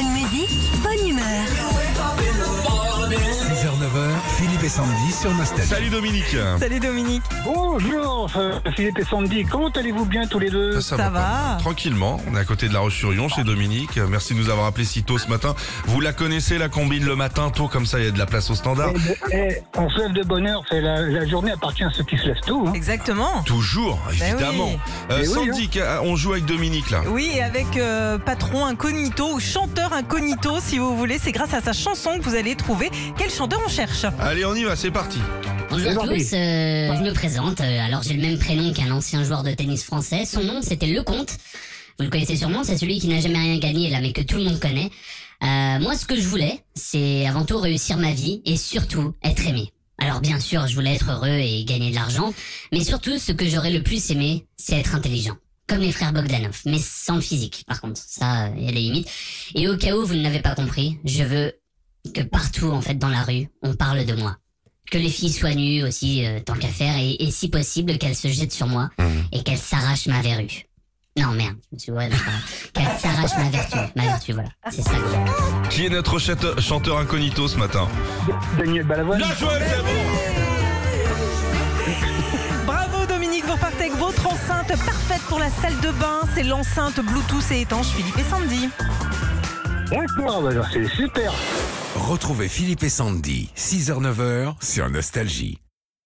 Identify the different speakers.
Speaker 1: Musique, bonne humeur.
Speaker 2: 6h-9h, Philippe et Sandy sur Nostalgie.
Speaker 3: Salut Dominique
Speaker 4: Salut Dominique,
Speaker 5: Bonjour euh, Philippe et Sandy, comment allez-vous bien tous les deux
Speaker 4: ça
Speaker 3: pas.
Speaker 4: va
Speaker 3: Tranquillement, on est à côté de la Roche-sur-Yon chez Dominique. Euh, Merci de nous avoir appelé si tôt ce matin. Vous la connaissez la combine le matin tôt comme ça il y a de la place au standard.
Speaker 5: Eh, eh, On se lève de bonne heure, c'est la, la journée appartient à ceux qui se lèvent tôt. hein.
Speaker 4: Exactement.
Speaker 3: Toujours, évidemment.
Speaker 4: Ben oui. hein.
Speaker 3: Euh,
Speaker 5: Mais oui,
Speaker 3: Sandy, qu'a- on joue avec Dominique là.
Speaker 4: Oui, et avec euh, patron incognito ou chanteur incognito, si vous voulez, c'est grâce à sa chanson que vous allez trouver quel chanteur on cherche.
Speaker 3: Allez, on y va, c'est parti.
Speaker 5: C'est
Speaker 6: Bonjour à
Speaker 5: gentil.
Speaker 6: tous, euh, je me présente. euh, alors j'ai le même prénom qu'un ancien joueur de tennis français. Son nom c'était Le Comte. Vous le connaissez sûrement, c'est celui qui n'a jamais rien gagné là, mais que tout le monde connaît. Euh, moi, ce que je voulais, c'est avant tout réussir ma vie et surtout être aimé. Alors bien sûr, je voulais être heureux et gagner de l'argent, mais surtout ce que j'aurais le plus aimé, c'est être intelligent. Comme les frères Bogdanov, mais sans le physique, par contre. Ça, il y a des limites. Et au cas où vous ne l'avez pas compris, je veux que partout, en fait, dans la rue, on parle de moi que les filles soient nues aussi, euh, tant qu'à faire, et, et si possible, qu'elles se jettent sur moi et qu'elles s'arrachent ma verrue. Non, merde, je me suis- ouais, non, pardon. Qu'elles s'arrachent ma vertu, ma vertu, voilà. C'est ça que je-
Speaker 3: Qui est notre chate- chanteur incognito ce matin
Speaker 5: Daniel Balavoine.
Speaker 3: Bien joué, c'est bon
Speaker 4: Bravo Dominique, vous repartez avec votre enceinte parfaite pour la salle de bain. C'est l'enceinte Bluetooth et étanche Philippe et Sandy.
Speaker 5: D'accord, bah alors c'est super.
Speaker 2: Retrouvez Philippe et Sandy, 6h-9h sur Nostalgie.